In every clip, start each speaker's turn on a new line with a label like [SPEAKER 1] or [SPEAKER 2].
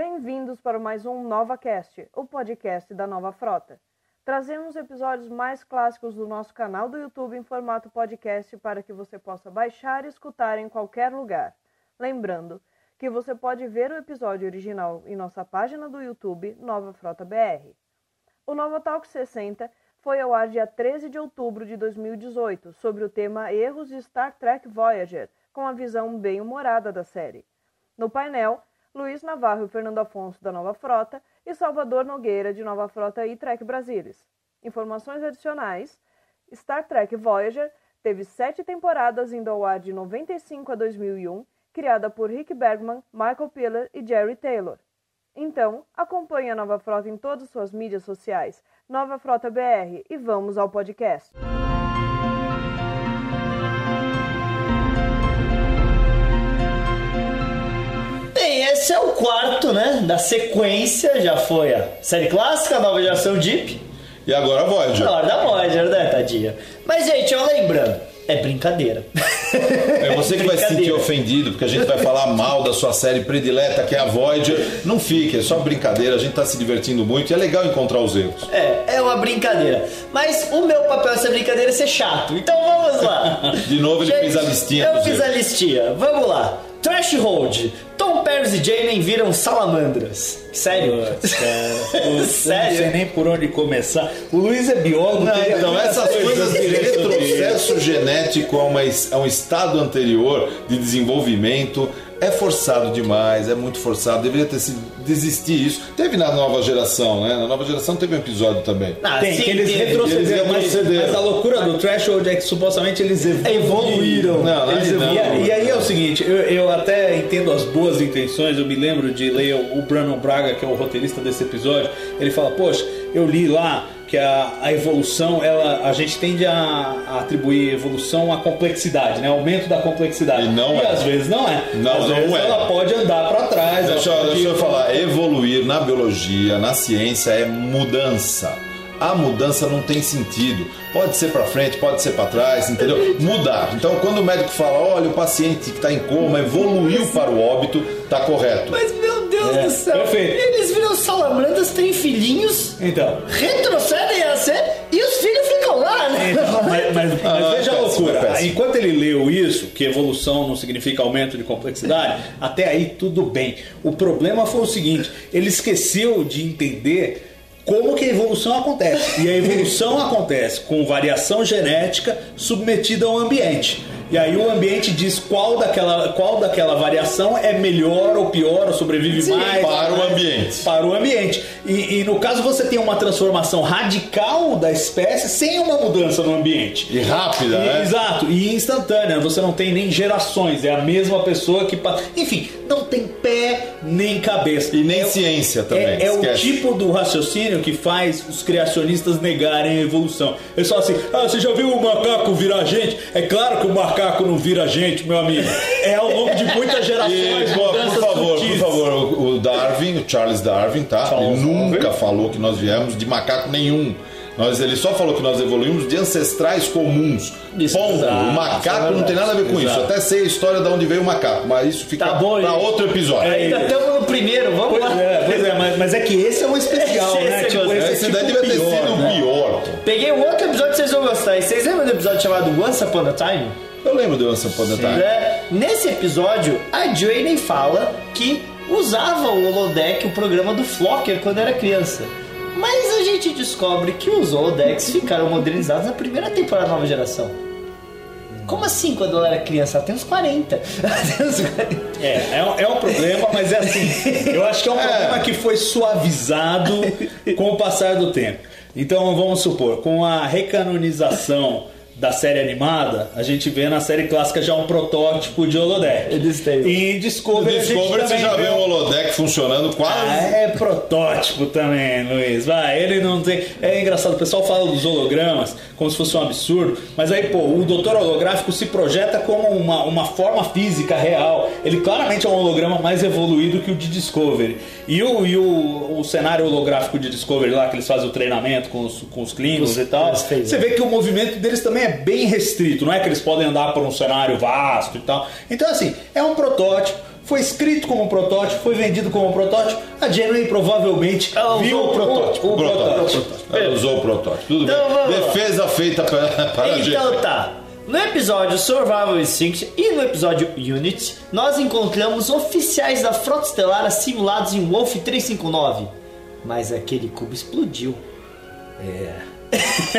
[SPEAKER 1] Bem-vindos para mais um NovaCast, o podcast da Nova Frota. Trazemos episódios mais clássicos do nosso canal do YouTube em formato podcast para que você possa baixar e escutar em qualquer lugar. Lembrando que você pode ver o episódio original em nossa página do YouTube Nova Frota BR. O Nova Talk 60 foi ao ar dia 13 de outubro de 2018 sobre o tema Erros de Star Trek Voyager, com a visão bem humorada da série. No painel, Luiz Navarro e Fernando Afonso da Nova Frota e Salvador Nogueira de Nova Frota e Trek Brasilis. Informações adicionais: Star Trek Voyager teve sete temporadas indo ao ar de 95 a 2001, criada por Rick Bergman, Michael Piller e Jerry Taylor. Então, acompanhe a Nova Frota em todas suas mídias sociais, Nova Frota BR, e vamos ao podcast.
[SPEAKER 2] Bem, esse é o quarto, né? Da sequência, já foi a série clássica, a nova geração Deep.
[SPEAKER 3] E agora a Voyager.
[SPEAKER 2] Na hora da Voyager, né, tadinha? Mas, gente, eu lembrando, é brincadeira.
[SPEAKER 3] É você que vai se sentir ofendido, porque a gente vai falar mal da sua série predileta, que é a Voyager. Não fique, é só brincadeira, a gente tá se divertindo muito e é legal encontrar os erros.
[SPEAKER 2] É, é uma brincadeira. Mas o meu papel nessa brincadeira é ser chato. Então vamos lá.
[SPEAKER 3] De novo, ele
[SPEAKER 2] Gente,
[SPEAKER 3] fez a listinha
[SPEAKER 2] Eu
[SPEAKER 3] dos
[SPEAKER 2] fiz
[SPEAKER 3] erros.
[SPEAKER 2] a listinha. Vamos lá. Threshold. Tom Perez e Jamin viram salamandras. Sério?
[SPEAKER 4] Putz, cara. Putz, Eu não sei
[SPEAKER 2] Sério?
[SPEAKER 4] nem por onde começar. O Luiz é biólogo.
[SPEAKER 3] Não,
[SPEAKER 4] teria
[SPEAKER 3] então,
[SPEAKER 4] muitas
[SPEAKER 3] essas coisas de
[SPEAKER 4] direito sobre isso.
[SPEAKER 3] retrocesso genético a, uma es- a um estado anterior de desenvolvimento é forçado demais, é muito forçado. Deveria ter sido desistir isso. Teve na nova geração, né? Na nova geração teve um episódio também.
[SPEAKER 2] Ah,
[SPEAKER 4] Assim Tem,
[SPEAKER 2] sim,
[SPEAKER 4] que eles
[SPEAKER 2] tem.
[SPEAKER 4] retrocederam.
[SPEAKER 3] eles
[SPEAKER 4] Mas,
[SPEAKER 3] retrocederam.
[SPEAKER 4] mas a loucura do Threshold é que supostamente eles
[SPEAKER 2] Evoluíram.
[SPEAKER 4] evoluíram.
[SPEAKER 3] Não, não,
[SPEAKER 4] eles
[SPEAKER 3] não.
[SPEAKER 4] E, e aí é o seguinte, eu, eu até entendo as boas intenções, eu me lembro de ler o, o Brandon Braga, que é o roteirista desse episódio, ele fala, poxa, eu li lá que a, a evolução, ela, a gente tende a, a atribuir evolução à complexidade, né? Aumento da complexidade.
[SPEAKER 3] E não é.
[SPEAKER 4] às vezes não é.
[SPEAKER 3] Não,
[SPEAKER 4] às
[SPEAKER 3] não
[SPEAKER 4] vezes
[SPEAKER 3] é.
[SPEAKER 4] ela pode andar pra trás. ela
[SPEAKER 3] Deixa, eu-
[SPEAKER 4] pode-
[SPEAKER 3] deixa eu falar, evoluir na biologia, na ciência é mudança. A mudança não tem sentido. Pode ser pra frente, pode ser pra trás, entendeu? Mudar. Então, quando o médico fala, olha, o paciente que tá em coma evoluiu para o óbito, tá correto.
[SPEAKER 2] Mas, meu Deus do céu.
[SPEAKER 4] É, perfeito.
[SPEAKER 2] Eles viram salamandras, têm filhinhos,
[SPEAKER 4] Então,
[SPEAKER 2] retrocedem a ser e os filhos ficam lá, né?
[SPEAKER 4] mas, mas- mas
[SPEAKER 3] Ah,
[SPEAKER 4] veja a
[SPEAKER 3] péssimo,
[SPEAKER 4] loucura.
[SPEAKER 3] péssimo.
[SPEAKER 4] Enquanto ele leu isso, que evolução não significa aumento de complexidade, até aí tudo bem. O problema foi o seguinte: ele esqueceu de entender como que a evolução acontece. E a evolução acontece com variação genética submetida ao ambiente. E aí o ambiente diz qual daquela, qual daquela variação é melhor ou pior, ou sobrevive mais.
[SPEAKER 3] para
[SPEAKER 4] ou
[SPEAKER 3] o
[SPEAKER 4] mais
[SPEAKER 3] ambiente.
[SPEAKER 4] para o ambiente. E, e no caso você tem uma transformação radical da espécie sem uma mudança no ambiente.
[SPEAKER 3] E rápida,
[SPEAKER 4] E-
[SPEAKER 3] né?
[SPEAKER 4] Exato, e instantânea, você não tem nem gerações, é a mesma pessoa que. pa- Enfim, não tem pé nem cabeça.
[SPEAKER 3] E nem
[SPEAKER 4] É-
[SPEAKER 3] ciência também.
[SPEAKER 4] É, é o
[SPEAKER 3] esquece.
[SPEAKER 4] tipo do raciocínio que faz os criacionistas negarem a evolução. Eles falam assim: ah, você já viu o macaco virar gente? É claro que o macaco não vira gente, meu amigo. É ao longo de muitas gerações.
[SPEAKER 3] E, pô, por
[SPEAKER 4] mudanças
[SPEAKER 3] favor, por
[SPEAKER 4] sutis.
[SPEAKER 3] favor, o- o Darwin, o Charles Darwin, tá?
[SPEAKER 4] Charles
[SPEAKER 3] ele nunca
[SPEAKER 4] Darwin.
[SPEAKER 3] falou que nós viemos de macaco nenhum. Nós, ele só falou que nós evoluímos de ancestrais comuns.
[SPEAKER 2] Isso,
[SPEAKER 3] Ponto.
[SPEAKER 2] exato,
[SPEAKER 3] o
[SPEAKER 2] isso é
[SPEAKER 3] macaco
[SPEAKER 2] verdade,
[SPEAKER 3] não tem nada a ver com
[SPEAKER 4] exato.
[SPEAKER 3] isso. Até sei a história de onde veio o macaco, mas isso fica
[SPEAKER 2] Tá bom,
[SPEAKER 3] pra
[SPEAKER 2] gente.
[SPEAKER 3] outro episódio.
[SPEAKER 4] É,
[SPEAKER 2] Ainda estamos no primeiro, vamos
[SPEAKER 4] Pois
[SPEAKER 2] lá.
[SPEAKER 4] é, pois é, mas, mas é que esse é um especial,
[SPEAKER 2] Esse-
[SPEAKER 4] né?
[SPEAKER 2] esse eu
[SPEAKER 4] Tipo,
[SPEAKER 2] gosto.
[SPEAKER 4] esse é
[SPEAKER 3] Esse
[SPEAKER 4] tipo
[SPEAKER 3] daí devia ter
[SPEAKER 4] pior,
[SPEAKER 3] sido um o
[SPEAKER 4] né?
[SPEAKER 3] pior.
[SPEAKER 2] Peguei um outro episódio que vocês vão gostar. E vocês lembram do episódio chamado Once Upon a Time?
[SPEAKER 3] Eu lembro do Anson
[SPEAKER 4] Tá.
[SPEAKER 3] Podetar.
[SPEAKER 4] É,
[SPEAKER 2] Né? Nesse episódio, a Janey fala que usava o holodeck, o programa do Flocker, quando era criança. Mas a gente descobre que os holodecks ficaram modernizados na primeira temporada da nova geração. Como assim quando ela era criança? Ela tem uns 40. Ela tem uns 40.
[SPEAKER 4] É, é, um- é um problema, mas é assim. Eu acho que é um problema que foi suavizado com o passar do tempo. Então vamos supor, com a recanonização da série animada, a gente vê na série clássica já um protótipo de Holodeck.
[SPEAKER 2] Eles têm.
[SPEAKER 4] E
[SPEAKER 3] No
[SPEAKER 4] Discovery, a gente
[SPEAKER 3] Discovery você
[SPEAKER 4] também
[SPEAKER 3] já vê um
[SPEAKER 4] vê
[SPEAKER 3] o holodeck funcionando
[SPEAKER 4] Ah,
[SPEAKER 3] quase.
[SPEAKER 4] é protótipo também, Luiz. Vai, ele não tem. É engraçado, o pessoal fala dos hologramas como se fosse um absurdo, mas aí, pô, o doutor holográfico se projeta como uma, uma forma física real. Ele claramente é um holograma mais evoluído que o de Discovery. E o, e o, o cenário holográfico de Discovery lá, que eles fazem o treinamento com os, com os Klingons e tal,
[SPEAKER 2] eles fez,
[SPEAKER 4] você vê que o movimento deles também é bem restrito, não é que eles podem andar por um cenário vasto e tal. Então, assim, é um protótipo Foi escrito como um protótipo, foi vendido como um protótipo. A Janeway provavelmente
[SPEAKER 2] Ah, usou
[SPEAKER 4] viu
[SPEAKER 2] o protótipo,
[SPEAKER 4] É, O,
[SPEAKER 3] O protótipo.
[SPEAKER 4] protótipo.
[SPEAKER 3] Ela usou o protótipo. Tudo
[SPEAKER 2] Então,
[SPEAKER 3] bem.
[SPEAKER 2] vamos lá.
[SPEAKER 3] Defesa feita para, para a gente.
[SPEAKER 2] Então tá. No episódio Survival Instinct e no episódio Unity, nós encontramos oficiais da Frota Estelar assimilados em Wolf 359. Mas aquele cubo explodiu.
[SPEAKER 4] Isso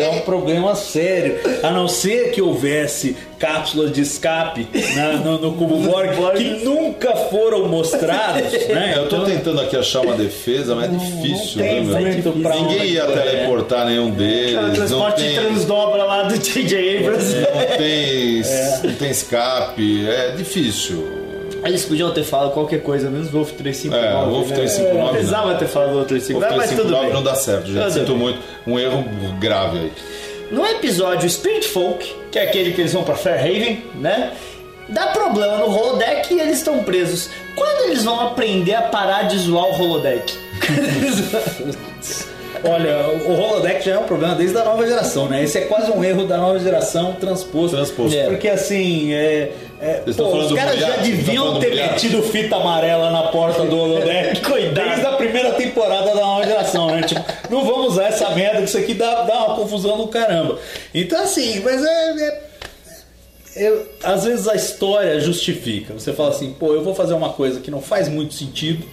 [SPEAKER 4] é um problema sério. A não ser que houvesse cápsulas de escape na- no, no cubo Borg que nunca foram mostradas, né?
[SPEAKER 3] É, Eu tô
[SPEAKER 4] Então,
[SPEAKER 3] tentando aqui achar uma defesa, mas é difícil,
[SPEAKER 4] tem
[SPEAKER 3] né, meu?
[SPEAKER 4] muito pra onde
[SPEAKER 3] Ninguém ia
[SPEAKER 4] correr,
[SPEAKER 3] teleportar nenhum
[SPEAKER 2] o
[SPEAKER 3] deles. Não
[SPEAKER 2] é.
[SPEAKER 3] É.
[SPEAKER 2] transporte
[SPEAKER 3] tem,
[SPEAKER 2] transdobra lá do J.J. Abrams.
[SPEAKER 3] não,
[SPEAKER 2] É.
[SPEAKER 3] tem, não tem escape. É difícil.
[SPEAKER 2] Eles podiam ter falado qualquer coisa, menos Wolf 359.
[SPEAKER 3] É, Wolf 359
[SPEAKER 2] Né?
[SPEAKER 3] não.
[SPEAKER 2] Não precisava ter falado Wolf 359, mas tudo
[SPEAKER 3] 359
[SPEAKER 2] bem.
[SPEAKER 3] assim não dá certo, gente.
[SPEAKER 2] Tudo
[SPEAKER 3] Sinto
[SPEAKER 2] bem.
[SPEAKER 3] muito. Um erro grave aí.
[SPEAKER 2] No episódio Spirit Folk, que é aquele que eles vão pra Fairhaven, né? Dá problema no holodeck e eles estão presos. Quando eles vão aprender a parar de zoar o holodeck?
[SPEAKER 4] Olha, o Holodeck já é um problema desde a nova geração, né? Esse é quase um erro da nova geração transposto.
[SPEAKER 3] Transposto.
[SPEAKER 4] É. Porque assim, é, é,
[SPEAKER 3] Eles tão
[SPEAKER 4] pô,
[SPEAKER 3] falando
[SPEAKER 4] os
[SPEAKER 3] do
[SPEAKER 4] caras já
[SPEAKER 3] Moriarty, tão falando
[SPEAKER 4] deviam
[SPEAKER 3] do
[SPEAKER 4] ter
[SPEAKER 3] Moriarty.
[SPEAKER 4] metido fita amarela na porta do Holodeck
[SPEAKER 2] Coitado.
[SPEAKER 4] desde a primeira temporada da nova geração, né? Tipo, não vamos usar essa merda, que isso aqui dá, dá uma confusão do caramba. Então assim, mas é- é eu- É, às vezes a história justifica. Você fala assim, pô, eu vou fazer uma coisa que não faz muito sentido,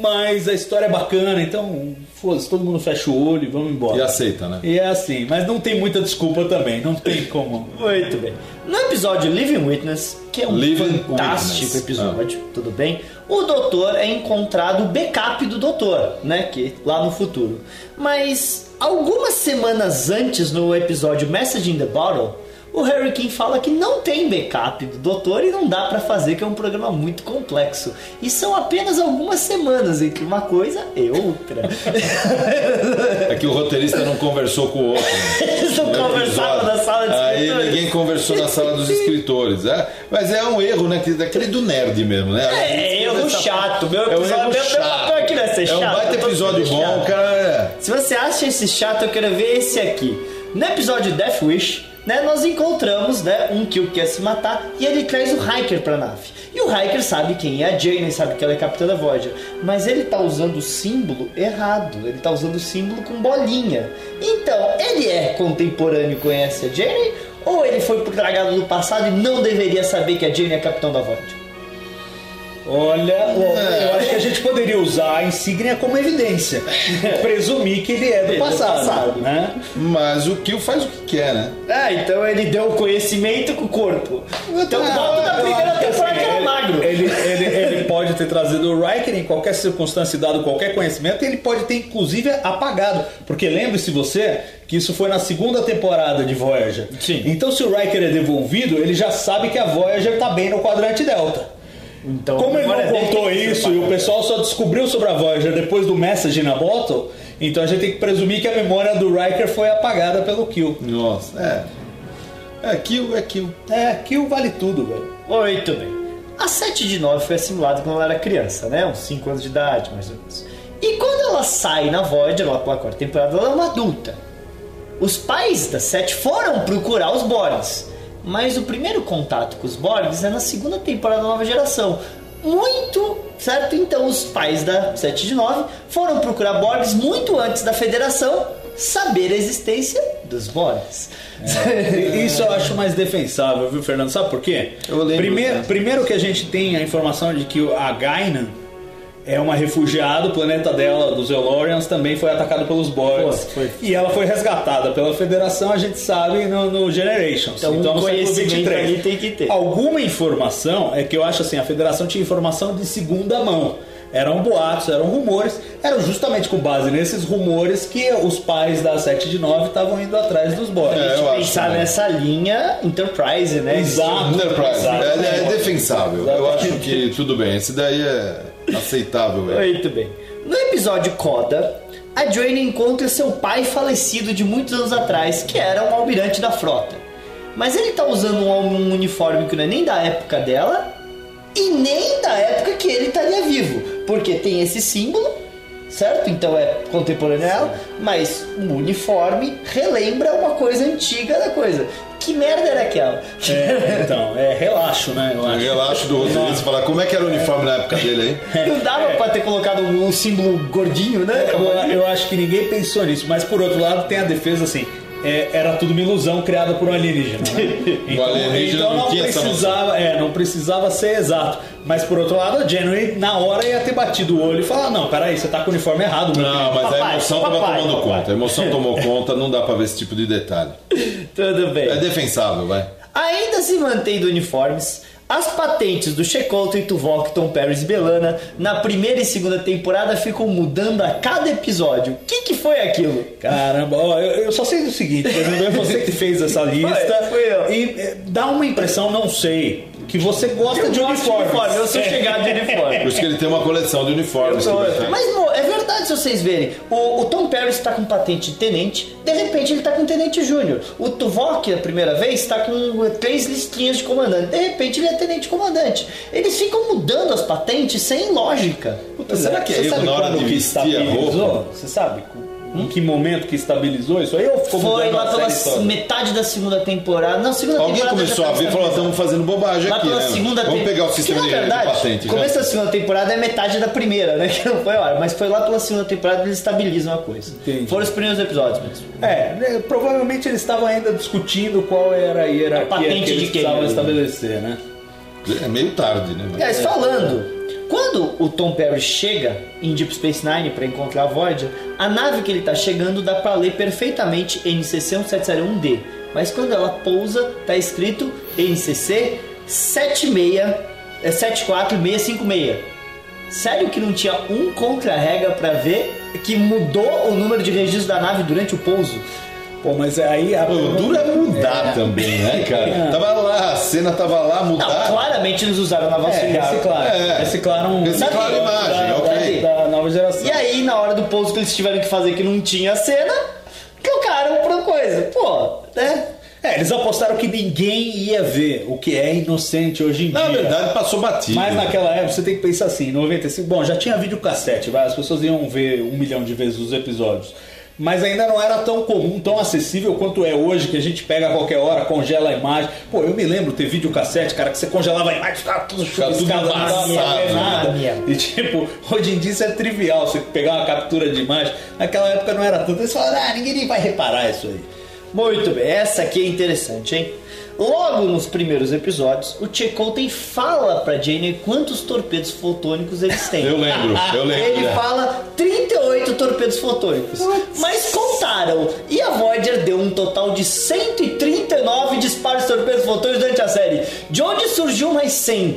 [SPEAKER 4] mas a história é bacana, então foda-se, todo mundo fecha o olho e vamos embora.
[SPEAKER 3] E aceita, né?
[SPEAKER 4] E é assim, mas não tem muita desculpa também, não tem como.
[SPEAKER 2] Muito bem. No episódio Living Witness, que é um
[SPEAKER 3] Living
[SPEAKER 2] fantástico
[SPEAKER 3] Witness.
[SPEAKER 2] episódio, tudo bem? O doutor é encontrado o backup do doutor, né? Que lá no futuro. Mas algumas semanas antes, no episódio Message in the Bottle, o Harry King fala que não tem backup do doutor e não dá pra fazer, que é um programa muito complexo. E são apenas algumas semanas entre uma coisa e outra.
[SPEAKER 3] É que o roteirista não conversou com o outro. né?
[SPEAKER 2] Eles não
[SPEAKER 3] No
[SPEAKER 2] conversavam
[SPEAKER 3] episódio.
[SPEAKER 2] na sala de
[SPEAKER 3] Aí
[SPEAKER 2] escritores.
[SPEAKER 3] ninguém conversou na sala dos escritores. É? Mas é um erro, né? que- Daquele do nerd mesmo, né?
[SPEAKER 2] É erro chato. Meu
[SPEAKER 3] É um
[SPEAKER 2] episódio,
[SPEAKER 3] erro
[SPEAKER 2] meu, meu papel aqui não é
[SPEAKER 3] chato.
[SPEAKER 2] ser
[SPEAKER 3] É um
[SPEAKER 2] chato.
[SPEAKER 3] baita
[SPEAKER 2] eu tô
[SPEAKER 3] episódio
[SPEAKER 2] sendo
[SPEAKER 3] bom,
[SPEAKER 2] chato.
[SPEAKER 3] o cara. é.
[SPEAKER 2] Se você acha esse chato, eu quero ver esse aqui. No episódio Death Wish, né, nós encontramos né, um que o quer se matar e ele traz o Hiker pra nave. E o Hiker sabe quem é a Jane, sabe que ela é Capitã da Voyager. Mas ele tá usando o símbolo errado. Ele tá usando o símbolo com bolinha. Então, ele é contemporâneo e conhece a Jane? Ou ele foi tragado do passado e não deveria saber que a Jane é a Capitã da Voyager?
[SPEAKER 4] Olha, ó, eu acho que a gente poderia usar a insígnia como evidência. Presumir que ele é do
[SPEAKER 2] é do
[SPEAKER 4] passado,
[SPEAKER 2] passado.
[SPEAKER 4] né?
[SPEAKER 3] Mas o Kill faz o que quer, né?
[SPEAKER 2] Ah, então ele deu o conhecimento com o corpo. Então
[SPEAKER 4] Ah,
[SPEAKER 2] o Dalton da primeira
[SPEAKER 4] é
[SPEAKER 2] temporada era
[SPEAKER 4] assim.
[SPEAKER 2] magro.
[SPEAKER 4] Ele, ele- ele pode ter trazido o Riker em qualquer circunstância e dado qualquer conhecimento, e ele pode ter inclusive apagado. Porque lembre-se você que isso foi na segunda temporada de Voyager.
[SPEAKER 2] Sim.
[SPEAKER 4] Então, se o Riker é devolvido, ele já sabe que a Voyager tá bem no quadrante Delta.
[SPEAKER 2] Então,
[SPEAKER 4] Como ele
[SPEAKER 2] agora
[SPEAKER 4] não
[SPEAKER 2] tem
[SPEAKER 4] contou
[SPEAKER 2] que ser
[SPEAKER 4] isso e o
[SPEAKER 2] apagado.
[SPEAKER 4] pessoal só descobriu sobre a Voyager depois do message na bottle, então a gente tem que presumir que a memória do Riker foi apagada pelo Kill.
[SPEAKER 3] Nossa, é. É Kill, é Kill.
[SPEAKER 4] É, Kill vale tudo, velho.
[SPEAKER 2] Muito bem. A 7 de 9 foi assimilada quando ela era criança, né? Uns 5 anos de idade, mais ou menos. E quando ela sai na Voyager, lá pela quarta temporada, ela é uma adulta. Os pais da 7 foram procurar os Borgs. Mas o primeiro contato com os Borgs é na segunda temporada da nova geração. Muito, certo? Então os pais da 7 de 9 foram procurar Borgs muito antes da Federação saber a existência dos Borgs.
[SPEAKER 4] E- Isso eu acho mais defensável, viu, Fernando? Sabe por quê?
[SPEAKER 2] Eu lembro,
[SPEAKER 4] primeiro,
[SPEAKER 2] né?
[SPEAKER 4] primeiro que a gente tem a informação de que a Gainan é uma refugiada, o planeta dela, dos Elorians, também foi atacado pelos Borgs.
[SPEAKER 2] Foi, foi.
[SPEAKER 4] E ela foi resgatada pela Federação, a gente sabe, no, no Generations.
[SPEAKER 2] Então, um
[SPEAKER 4] no século
[SPEAKER 2] conhecimento
[SPEAKER 4] 23.
[SPEAKER 2] ali tem que ter.
[SPEAKER 4] Alguma informação é que eu acho assim, a federação tinha informação de segunda mão. Eram boatos, eram rumores, eram justamente com base nesses rumores que os pais da 7 de 9 estavam indo atrás dos boys.
[SPEAKER 3] É, eu
[SPEAKER 2] gente
[SPEAKER 3] acho,
[SPEAKER 2] pensar
[SPEAKER 3] né?
[SPEAKER 2] nessa linha Enterprise, né?
[SPEAKER 4] Exato.
[SPEAKER 3] Enterprise.
[SPEAKER 4] Exatamente.
[SPEAKER 3] É, é defensável. Eu acho que tudo bem. Esse daí é aceitável. É.
[SPEAKER 2] Muito bem. No episódio Coda, a Joanne encontra seu pai falecido de muitos anos atrás, que era um almirante da frota. Mas ele tá usando um, um uniforme que não é nem da época dela e nem da época que ele estaria vivo, porque tem esse símbolo, certo? Então é contemporâneo a ela, mas o uniforme relembra uma coisa antiga da coisa. que merda era aquela?
[SPEAKER 4] É, então, é relaxo, né? Eu
[SPEAKER 3] O
[SPEAKER 4] acho.
[SPEAKER 3] relaxo do Rodrigues falar como é que era o uniforme na época dele, hein?
[SPEAKER 2] Não dava pra ter colocado um, um símbolo gordinho, né?
[SPEAKER 4] Eu, eu acho que ninguém pensou nisso, mas por outro lado tem a defesa assim. é, era tudo uma ilusão criada por um alienígena. Né? Então,
[SPEAKER 3] alienígena
[SPEAKER 4] então
[SPEAKER 3] não
[SPEAKER 4] não
[SPEAKER 3] tinha essa
[SPEAKER 4] precisava, é, não precisava ser exato. Mas por outro lado, a January na hora ia ter batido o olho e falar: Não, peraí, você tá com o uniforme errado. meu
[SPEAKER 3] Não,
[SPEAKER 4] querido."
[SPEAKER 3] mas a
[SPEAKER 4] Papai,
[SPEAKER 3] emoção tava
[SPEAKER 4] papai,
[SPEAKER 3] tomando
[SPEAKER 4] papai.
[SPEAKER 3] conta. A emoção tomou conta, não dá pra ver esse tipo de detalhe.
[SPEAKER 2] Tudo bem.
[SPEAKER 3] É defensável, vai.
[SPEAKER 2] Ainda se mantendo uniformes, as patentes do Shekolto e Tuvok, Tom Paris e Belana na primeira e segunda temporada ficam mudando a cada episódio. O que, que foi aquilo?
[SPEAKER 4] Caramba, ó, eu, eu só sei do seguinte, Fernando, é você que fez essa lista
[SPEAKER 2] Foi, fui eu.
[SPEAKER 4] e eh, dá uma impressão, não sei, que você gosta de É.
[SPEAKER 2] gosto
[SPEAKER 4] uniforme.
[SPEAKER 2] eu sou chegado de
[SPEAKER 3] Por
[SPEAKER 2] uniforme.
[SPEAKER 3] isso que ele tem uma coleção de uniformes. que vai ter.
[SPEAKER 2] Mas, mo, é verdade se vocês verem. O, o Tom Paris tá com patente de tenente, de repente ele tá com tenente júnior. O Tuvok, a primeira vez, tá com eh, três listinhas de comandante. De repente ele é tenente comandante. Eles ficam mudando as patentes sem lógica.
[SPEAKER 4] Puta, será que
[SPEAKER 3] Você
[SPEAKER 4] é
[SPEAKER 3] sabe
[SPEAKER 4] eu na hora
[SPEAKER 3] quando
[SPEAKER 4] de
[SPEAKER 3] que
[SPEAKER 4] vestir a
[SPEAKER 3] estabilizou?
[SPEAKER 4] roupa? Você sabe em que momento que estabilizou isso aí? Ou ficou
[SPEAKER 2] Foi
[SPEAKER 4] mudando
[SPEAKER 2] lá
[SPEAKER 4] a
[SPEAKER 2] pela
[SPEAKER 4] série toda?
[SPEAKER 2] metade da segunda temporada. Não, segunda
[SPEAKER 3] Alguém
[SPEAKER 2] temporada.
[SPEAKER 3] começou
[SPEAKER 2] já
[SPEAKER 3] a
[SPEAKER 2] tá
[SPEAKER 3] ver e falou: estamos fazendo bobagem
[SPEAKER 2] Lá
[SPEAKER 3] aqui,
[SPEAKER 2] pela
[SPEAKER 3] né?
[SPEAKER 2] segunda
[SPEAKER 3] Vamos
[SPEAKER 2] tem-
[SPEAKER 3] pegar o sistema
[SPEAKER 2] que,
[SPEAKER 3] de,
[SPEAKER 2] na
[SPEAKER 3] de
[SPEAKER 2] verdade,
[SPEAKER 3] patente. né? já.
[SPEAKER 2] Começo da segunda temporada é metade da primeira, né? Que não foi a hora. Mas foi lá pela segunda temporada eles estabilizam a coisa.
[SPEAKER 4] Entendi.
[SPEAKER 2] Foram os primeiros episódios mesmo.
[SPEAKER 4] É, né, provavelmente eles estavam ainda discutindo qual era a hierarquia
[SPEAKER 2] A patente
[SPEAKER 4] que eles
[SPEAKER 2] de quem,
[SPEAKER 4] precisavam
[SPEAKER 2] né?
[SPEAKER 4] estabelecer, né?
[SPEAKER 3] É meio tarde, né?
[SPEAKER 2] Aliás, falando. Quando o Tom Perry chega em Deep Space Nine pra encontrar a Voyager, a nave que ele tá chegando dá pra ler perfeitamente NCC 1701D. Mas quando ela pousa, tá escrito NCC 76, é 74656. Sério que não tinha um contra-regra pra ver que mudou o número de registro da nave durante o pouso?
[SPEAKER 4] Pô, mas aí... A...
[SPEAKER 3] Pô, o duro é mudar também, né, cara?
[SPEAKER 4] É.
[SPEAKER 3] Tava lá, a cena tava lá,
[SPEAKER 2] Não,
[SPEAKER 3] mudar.
[SPEAKER 2] claramente eles usaram a nave
[SPEAKER 4] É,
[SPEAKER 2] auxiliar.
[SPEAKER 4] reciclaram.
[SPEAKER 3] É.
[SPEAKER 4] Reciclaram...
[SPEAKER 3] Reciclaram a imagem,
[SPEAKER 4] da,
[SPEAKER 3] ok.
[SPEAKER 4] Da, da nova geração.
[SPEAKER 2] E aí, na hora do pouso que eles tiveram que fazer que não tinha cena, colocaram outra coisa. Pô, né?
[SPEAKER 4] É, eles apostaram que ninguém ia ver o que é inocente hoje em
[SPEAKER 3] Na
[SPEAKER 4] dia.
[SPEAKER 3] verdade, passou batido.
[SPEAKER 4] Mas naquela época você tem que pensar assim, 95, bom, já tinha videocassete, vai, as pessoas iam ver um milhão de vezes os episódios. Mas ainda não era tão comum, tão acessível quanto é hoje, que a gente pega a qualquer hora, congela a imagem. Pô, eu me lembro ter videocassete, cara, que você congelava a imagem, ficava tudo
[SPEAKER 3] Ficava tudo
[SPEAKER 4] chuviscado, não dava pra ver
[SPEAKER 3] embaçado,
[SPEAKER 4] nada.
[SPEAKER 2] né?
[SPEAKER 4] E tipo, hoje em dia isso é trivial, você pegar uma captura de imagem. Naquela época não era tanto. Eles falaram, ah, ninguém nem vai reparar isso aí.
[SPEAKER 2] Muito bem, essa aqui é interessante, hein? Logo nos primeiros episódios, o Chekoutin fala pra Jane quantos torpedos fotônicos eles têm.
[SPEAKER 3] Eu lembro, eu lembro,
[SPEAKER 2] Ele
[SPEAKER 3] né?
[SPEAKER 2] fala 38 torpedos fotônicos. Mas contaram, e a Voyager deu um total de 139 disparos de torpedos fotônicos durante a série. De onde surgiu mais 100?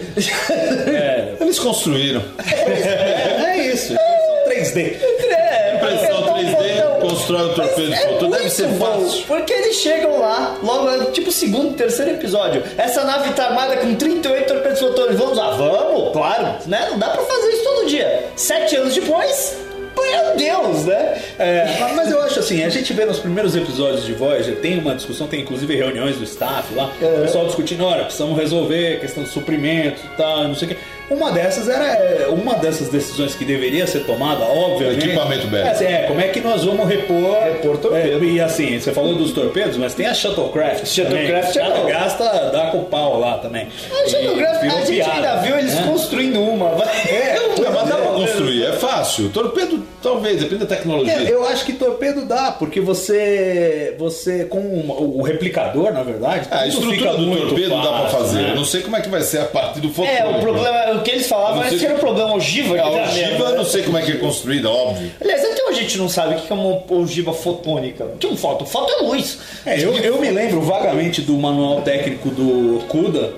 [SPEAKER 3] Eles construíram.
[SPEAKER 4] É, é isso, são 3D.
[SPEAKER 2] É,
[SPEAKER 3] Impressão
[SPEAKER 4] Então,
[SPEAKER 2] apertar o
[SPEAKER 3] 3D,
[SPEAKER 2] botão.
[SPEAKER 3] constrói o torpedo
[SPEAKER 2] Mas
[SPEAKER 4] é
[SPEAKER 3] de foto. Deve
[SPEAKER 2] muito
[SPEAKER 3] ser
[SPEAKER 2] bom,
[SPEAKER 3] fácil.
[SPEAKER 2] Porque eles chegam lá, logo, é tipo segundo, terceiro episódio. Essa nave tá armada com 38 torpedos fotônicos. Vamos lá, vamos, claro. Né? Não dá pra fazer isso todo dia. Sete anos depois, meu Deus, né?
[SPEAKER 4] É, mas- mas eu acho assim, a gente vê nos primeiros episódios de Voyager, tem uma discussão, tem inclusive reuniões do staff lá,
[SPEAKER 2] É.
[SPEAKER 4] o pessoal discutindo, olha, precisamos resolver a questão do suprimento e tal, não sei o quê. Uma dessas era é, uma dessas decisões que deveria ser tomada, obviamente.
[SPEAKER 3] Equipamento bélico.
[SPEAKER 4] É, assim, é, como é que nós vamos repor.
[SPEAKER 2] Repor torpedo.
[SPEAKER 4] É, e assim, você falou dos torpedos, mas tem a Shuttlecraft.
[SPEAKER 2] Shuttlecraft
[SPEAKER 4] também.
[SPEAKER 2] é
[SPEAKER 4] Cada
[SPEAKER 2] bom.
[SPEAKER 4] gasta, dá com pau lá também.
[SPEAKER 2] A gente,
[SPEAKER 4] E virou
[SPEAKER 2] a gente
[SPEAKER 4] piada,
[SPEAKER 2] ainda viu eles
[SPEAKER 4] né?
[SPEAKER 2] construindo uma. É,
[SPEAKER 3] Não, mas dá pra construir, é fácil. Torpedo, talvez, depende da tecnologia.
[SPEAKER 4] É, eu acho que torpedo dá, porque você. Você. Com uma- o replicador, na verdade.
[SPEAKER 3] Ah, a
[SPEAKER 4] tudo
[SPEAKER 3] estrutura
[SPEAKER 4] fica
[SPEAKER 3] do
[SPEAKER 4] muito
[SPEAKER 3] torpedo dá pra
[SPEAKER 4] fácil,
[SPEAKER 3] fazer.
[SPEAKER 4] né?
[SPEAKER 3] Eu não sei como é que vai ser a parte do fotônico.
[SPEAKER 2] É, o problema, o que eles falavam
[SPEAKER 3] Não
[SPEAKER 2] é
[SPEAKER 3] sei-
[SPEAKER 2] que era um problema ogiva.
[SPEAKER 3] É, A
[SPEAKER 2] que era
[SPEAKER 3] ogiva,
[SPEAKER 2] mesmo,
[SPEAKER 3] eu
[SPEAKER 2] né?
[SPEAKER 3] não sei como é que é construída, óbvio.
[SPEAKER 2] Aliás, até hoje a gente não sabe o que é uma ogiva fotônica. O que é um foto? Foto é luz.
[SPEAKER 4] É, eu, eu me lembro vagamente do manual técnico do Okuda,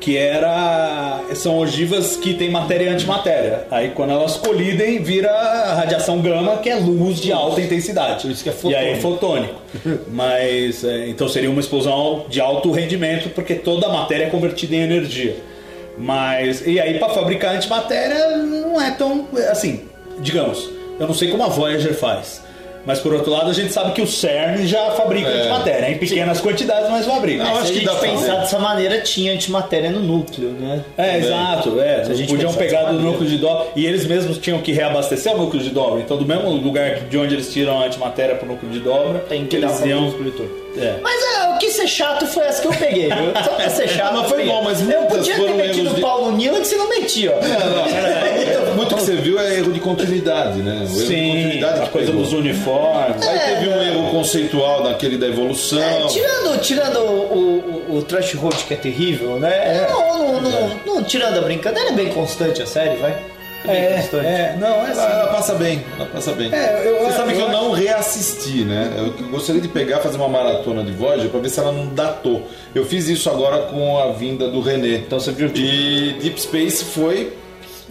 [SPEAKER 4] que era. São ogivas que tem matéria e antimatéria. Aí quando elas colidem, vira a radiação gama, que é luz de alta intensidade. Por
[SPEAKER 2] isso que é
[SPEAKER 4] E aí é fotônico. Mas. é, então seria uma explosão de alto rendimento, porque toda a matéria é convertida em energia. Mas. E aí, para fabricar antimatéria, não é tão. Assim, digamos, eu não sei como a Voyager faz. Mas por outro lado, a gente sabe que o CERN já fabrica
[SPEAKER 3] É.
[SPEAKER 4] antimatéria, em pequenas quantidades, mas fabrica.
[SPEAKER 2] Se
[SPEAKER 3] Não, acho
[SPEAKER 2] a
[SPEAKER 3] que
[SPEAKER 2] gente
[SPEAKER 3] dá pra
[SPEAKER 2] pensar
[SPEAKER 3] fazer.
[SPEAKER 2] dessa maneira, tinha antimatéria no núcleo, né?
[SPEAKER 4] É, exato, é.
[SPEAKER 2] a gente
[SPEAKER 4] podiam
[SPEAKER 2] pensar
[SPEAKER 4] pegar
[SPEAKER 2] dessa
[SPEAKER 4] do
[SPEAKER 2] maneira.
[SPEAKER 4] núcleo de Doppler e eles mesmos tinham que reabastecer o núcleo de Doppler. Então, do mesmo lugar que- de onde eles tiram a antimatéria para o núcleo de Doppler,
[SPEAKER 2] Tem que dar
[SPEAKER 4] eles
[SPEAKER 2] pra
[SPEAKER 4] iam.
[SPEAKER 2] construtor.
[SPEAKER 4] É.
[SPEAKER 2] Mas é, o que ser chato foi essa que eu peguei, viu? Só pra ser chato.
[SPEAKER 3] Ah, Mas foi
[SPEAKER 2] eu peguei.
[SPEAKER 3] bom, mas
[SPEAKER 2] Eu
[SPEAKER 3] muitas
[SPEAKER 2] podia ter
[SPEAKER 3] foram
[SPEAKER 2] metido
[SPEAKER 3] erros
[SPEAKER 2] o
[SPEAKER 3] de- É, né?
[SPEAKER 2] Paulo Nila que você não metia, ó.
[SPEAKER 4] é,
[SPEAKER 3] Muito- Muito que você viu é erro de continuidade, né? O erro de
[SPEAKER 4] Sim,
[SPEAKER 3] continuidade
[SPEAKER 4] a
[SPEAKER 3] que
[SPEAKER 4] coisa
[SPEAKER 3] pegou.
[SPEAKER 4] dos uniformes.
[SPEAKER 3] Aí teve um erro conceitual naquele da evolução.
[SPEAKER 2] É, tirando tirando o, o, o, o Trash Road, que é terrível, né? Não, não, não, não, tirando a brincadeira, é bem constante a série, vai. bem constante.
[SPEAKER 4] é, não,
[SPEAKER 3] Ela,
[SPEAKER 4] é assim.
[SPEAKER 3] ela passa bem, ela passa bem.
[SPEAKER 4] É, eu-
[SPEAKER 3] Você sabe
[SPEAKER 4] eu
[SPEAKER 3] que eu
[SPEAKER 4] acho-
[SPEAKER 3] não reassisti, né? Eu que- gostaria de pegar, fazer uma maratona de Voyager pra ver se ela não datou. Eu fiz isso agora com a vinda do René.
[SPEAKER 4] Então você viu tudo.
[SPEAKER 3] E Deep Space foi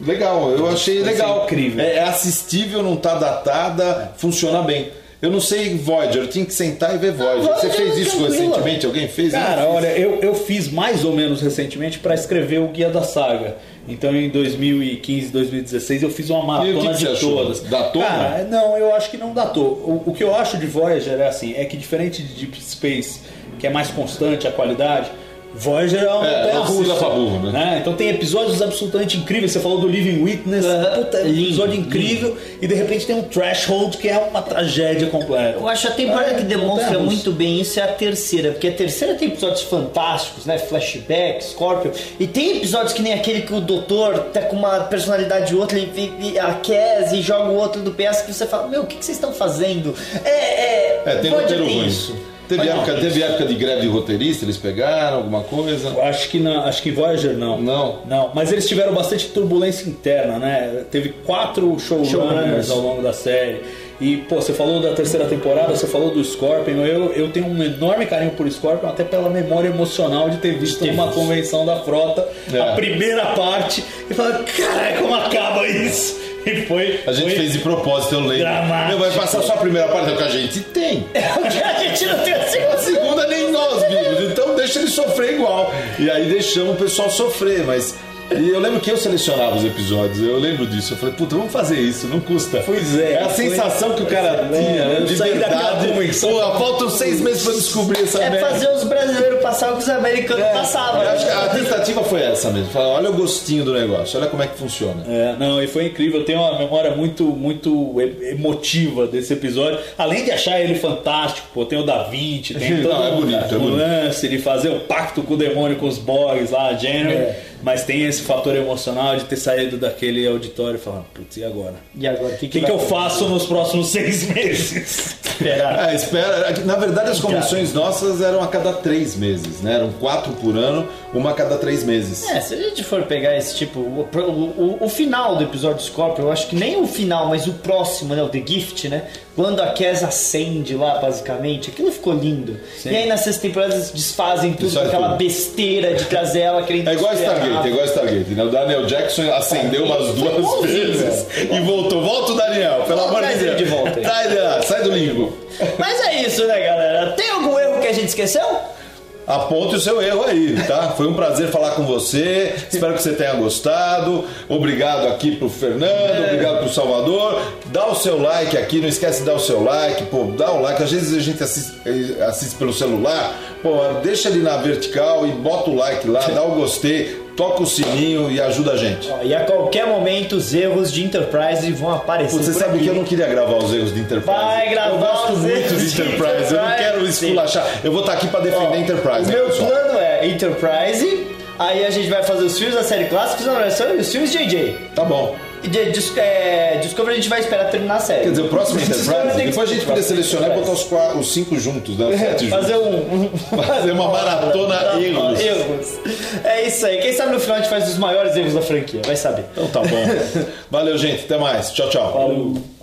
[SPEAKER 3] legal, eu achei legal.
[SPEAKER 4] incrível.
[SPEAKER 3] É, é assistível, não tá datada, funciona bem. Eu não sei Voyager, eu tinha que sentar e ver Voyager.
[SPEAKER 2] Voyager
[SPEAKER 3] Você fez
[SPEAKER 2] é
[SPEAKER 3] isso
[SPEAKER 2] tranquila.
[SPEAKER 3] recentemente? Alguém fez?
[SPEAKER 4] Cara,
[SPEAKER 3] Eu não fiz.
[SPEAKER 4] olha, eu, eu fiz mais ou menos recentemente para escrever o Guia da Saga. Então em 2015, 2016 eu fiz uma
[SPEAKER 3] E o que
[SPEAKER 4] maratona
[SPEAKER 3] que você
[SPEAKER 4] de
[SPEAKER 3] achou?
[SPEAKER 4] todas.
[SPEAKER 3] Datou,
[SPEAKER 4] Cara, não, eu acho que não datou. O, o que eu acho de Voyager é assim, é que diferente de Deep Space, que é mais constante a qualidade, Voyager é uma
[SPEAKER 3] É,
[SPEAKER 4] montanha
[SPEAKER 3] não precisa
[SPEAKER 4] russa.
[SPEAKER 3] pra burro, né?
[SPEAKER 4] Então tem episódios absolutamente incríveis. Você falou do Living Witness,
[SPEAKER 2] Aham.
[SPEAKER 4] puta, é um
[SPEAKER 2] Lindo,
[SPEAKER 4] episódio incrível, e de repente tem um Threshold que é uma tragédia completa.
[SPEAKER 2] Eu acho a temporada
[SPEAKER 4] É,
[SPEAKER 2] que demonstra
[SPEAKER 4] montanha-russa.
[SPEAKER 2] muito bem isso é a terceira, porque a terceira tem episódios fantásticos, né? Flashback, Scorpio, e tem episódios que nem aquele que o doutor tá com uma personalidade e outra, ele, ele aquece e joga o outro do PS que você fala, meu, o que, que vocês estão fazendo? É, é.
[SPEAKER 3] É, tem
[SPEAKER 2] Voyager
[SPEAKER 3] roteiro ruim.
[SPEAKER 2] isso.
[SPEAKER 3] Teve
[SPEAKER 2] Mas não,
[SPEAKER 3] época, teve época de greve de roteirista, eles pegaram alguma coisa.
[SPEAKER 4] Acho que não, acho que em Voyager não.
[SPEAKER 3] Não.
[SPEAKER 4] Não, mas eles tiveram bastante turbulência interna, né? Teve quatro showrunners
[SPEAKER 2] Showrunners.
[SPEAKER 4] ao longo da série. E, pô, você falou da terceira temporada, você falou do Scorpion. Eu, eu tenho um enorme carinho por Scorpion, até pela memória emocional de ter visto numa convenção da frota
[SPEAKER 3] É.
[SPEAKER 4] a primeira parte e falar: caralho, como acaba isso? E foi.
[SPEAKER 3] A gente
[SPEAKER 4] foi
[SPEAKER 3] fez de propósito, eu lembro.
[SPEAKER 4] Dramático.
[SPEAKER 3] Meu, vai passar só a primeira parte, é o que a gente tem.
[SPEAKER 2] a gente não tem assim, é a segunda.
[SPEAKER 3] A segunda nem nós vimos, então deixa ele sofrer igual. E aí deixamos o pessoal sofrer, mas. E eu lembro que eu selecionava os episódios, eu lembro disso. Eu falei, puta, vamos fazer isso, não custa.
[SPEAKER 4] Pois é,
[SPEAKER 3] É a
[SPEAKER 4] foi-
[SPEAKER 3] sensação que o cara
[SPEAKER 4] Pois é,
[SPEAKER 3] tinha,
[SPEAKER 4] né?
[SPEAKER 3] né?
[SPEAKER 4] Eu
[SPEAKER 3] De
[SPEAKER 4] saí daquela
[SPEAKER 3] verdade.
[SPEAKER 4] convenção-
[SPEAKER 3] Pô, faltam seis meses pra eu descobrir essa
[SPEAKER 2] É
[SPEAKER 3] merda.
[SPEAKER 2] fazer os brasileiros passar o que os americanos passavam.
[SPEAKER 3] É, Eu acho que
[SPEAKER 2] né?
[SPEAKER 3] a tentativa foi essa mesmo. Falar, olha o gostinho do negócio, olha como é que funciona.
[SPEAKER 4] É, não, e foi incrível. Eu tenho uma memória muito, muito e- emotiva desse episódio. Além de achar ele fantástico, pô, tem o Da Vinci, tem
[SPEAKER 3] Não,
[SPEAKER 4] todo
[SPEAKER 3] é
[SPEAKER 4] o-
[SPEAKER 3] bonito, é
[SPEAKER 4] o
[SPEAKER 3] bonito.
[SPEAKER 4] lance de fazer o pacto com o demônio, com os Borgs lá, a January.
[SPEAKER 3] É.
[SPEAKER 4] Mas tem esse fator emocional de ter saído daquele auditório e falar, putz, e agora?
[SPEAKER 2] E agora, o que,
[SPEAKER 4] O que, que
[SPEAKER 2] vai
[SPEAKER 4] eu
[SPEAKER 2] acontecer?
[SPEAKER 4] faço nos próximos seis meses?
[SPEAKER 3] É, espera. Na verdade, as convenções nossas eram a cada três meses, né? Eram quatro por ano, uma a cada três meses.
[SPEAKER 2] É, se a gente for pegar esse tipo, o, o- o- o final do episódio Scorpion, eu acho que nem o final, mas o próximo, né? O The Gift, né? Quando a Kes acende lá, basicamente, aquilo ficou lindo. E aí na sexta temporada eles desfazem tudo com
[SPEAKER 3] Desfaz
[SPEAKER 2] aquela
[SPEAKER 3] é tudo.
[SPEAKER 2] besteira de trazer ela querendo.
[SPEAKER 3] É igual a
[SPEAKER 2] destruir a
[SPEAKER 3] Stargate,
[SPEAKER 2] nave.
[SPEAKER 3] é igual a Stargate. né? O Daniel Jackson acendeu
[SPEAKER 2] Ah,
[SPEAKER 3] umas duas vezes e voltou. Volta o Daniel, pelo amor de
[SPEAKER 2] Traz ele
[SPEAKER 3] Deus.
[SPEAKER 2] de um volta aí.
[SPEAKER 3] Traz ele lá, sai do limbo.
[SPEAKER 2] Mas é isso, né, galera? Tem algum erro que a gente esqueceu?
[SPEAKER 3] Aponte o seu erro aí, tá? Foi um prazer falar com você. Espero que você tenha gostado. Obrigado aqui pro
[SPEAKER 2] É.
[SPEAKER 3] Fernando, obrigado pro Salvador. Dá o seu like aqui, não esquece de dar o seu like, pô, dá o like. Às vezes a gente assiste, eh, assiste pelo celular, pô, deixa ali na vertical e bota o like lá, dá o gostei, toca o sininho e ajuda a gente.
[SPEAKER 2] Ó, E a qualquer momento os erros de Enterprise vão aparecer.
[SPEAKER 3] Pô, Você
[SPEAKER 2] por
[SPEAKER 3] sabe
[SPEAKER 2] aqui.
[SPEAKER 3] que eu não queria gravar os erros de Enterprise.
[SPEAKER 2] Vai gravar
[SPEAKER 3] eu gosto
[SPEAKER 2] os
[SPEAKER 3] muito
[SPEAKER 2] erros
[SPEAKER 3] de
[SPEAKER 2] de
[SPEAKER 3] Enterprise. Eu não
[SPEAKER 2] Enterprise,
[SPEAKER 3] quero
[SPEAKER 2] sim.
[SPEAKER 3] esculachar. Eu vou estar aqui pra defender Enterprise.
[SPEAKER 2] O
[SPEAKER 3] né,
[SPEAKER 2] meu
[SPEAKER 3] pessoal?
[SPEAKER 2] plano é Enterprise, aí a gente vai fazer os filmes da série clássica, não, e os filmes JJ.
[SPEAKER 3] Tá bom.
[SPEAKER 2] E de- dis- é, Discovery a gente vai esperar terminar a série.
[SPEAKER 3] Quer dizer, o próximo Enterprise,
[SPEAKER 2] tem que-
[SPEAKER 3] depois a gente podia selecionar e botar os, qua- os cinco juntos, né? Os sete juntos.
[SPEAKER 2] Fazer um.
[SPEAKER 3] Fazer uma maratona erros.
[SPEAKER 2] erros. É isso aí. Quem sabe no final a gente faz os maiores erros da franquia, vai saber.
[SPEAKER 3] Então tá bom. Valeu, gente. Até mais. Tchau, tchau.
[SPEAKER 4] Falou.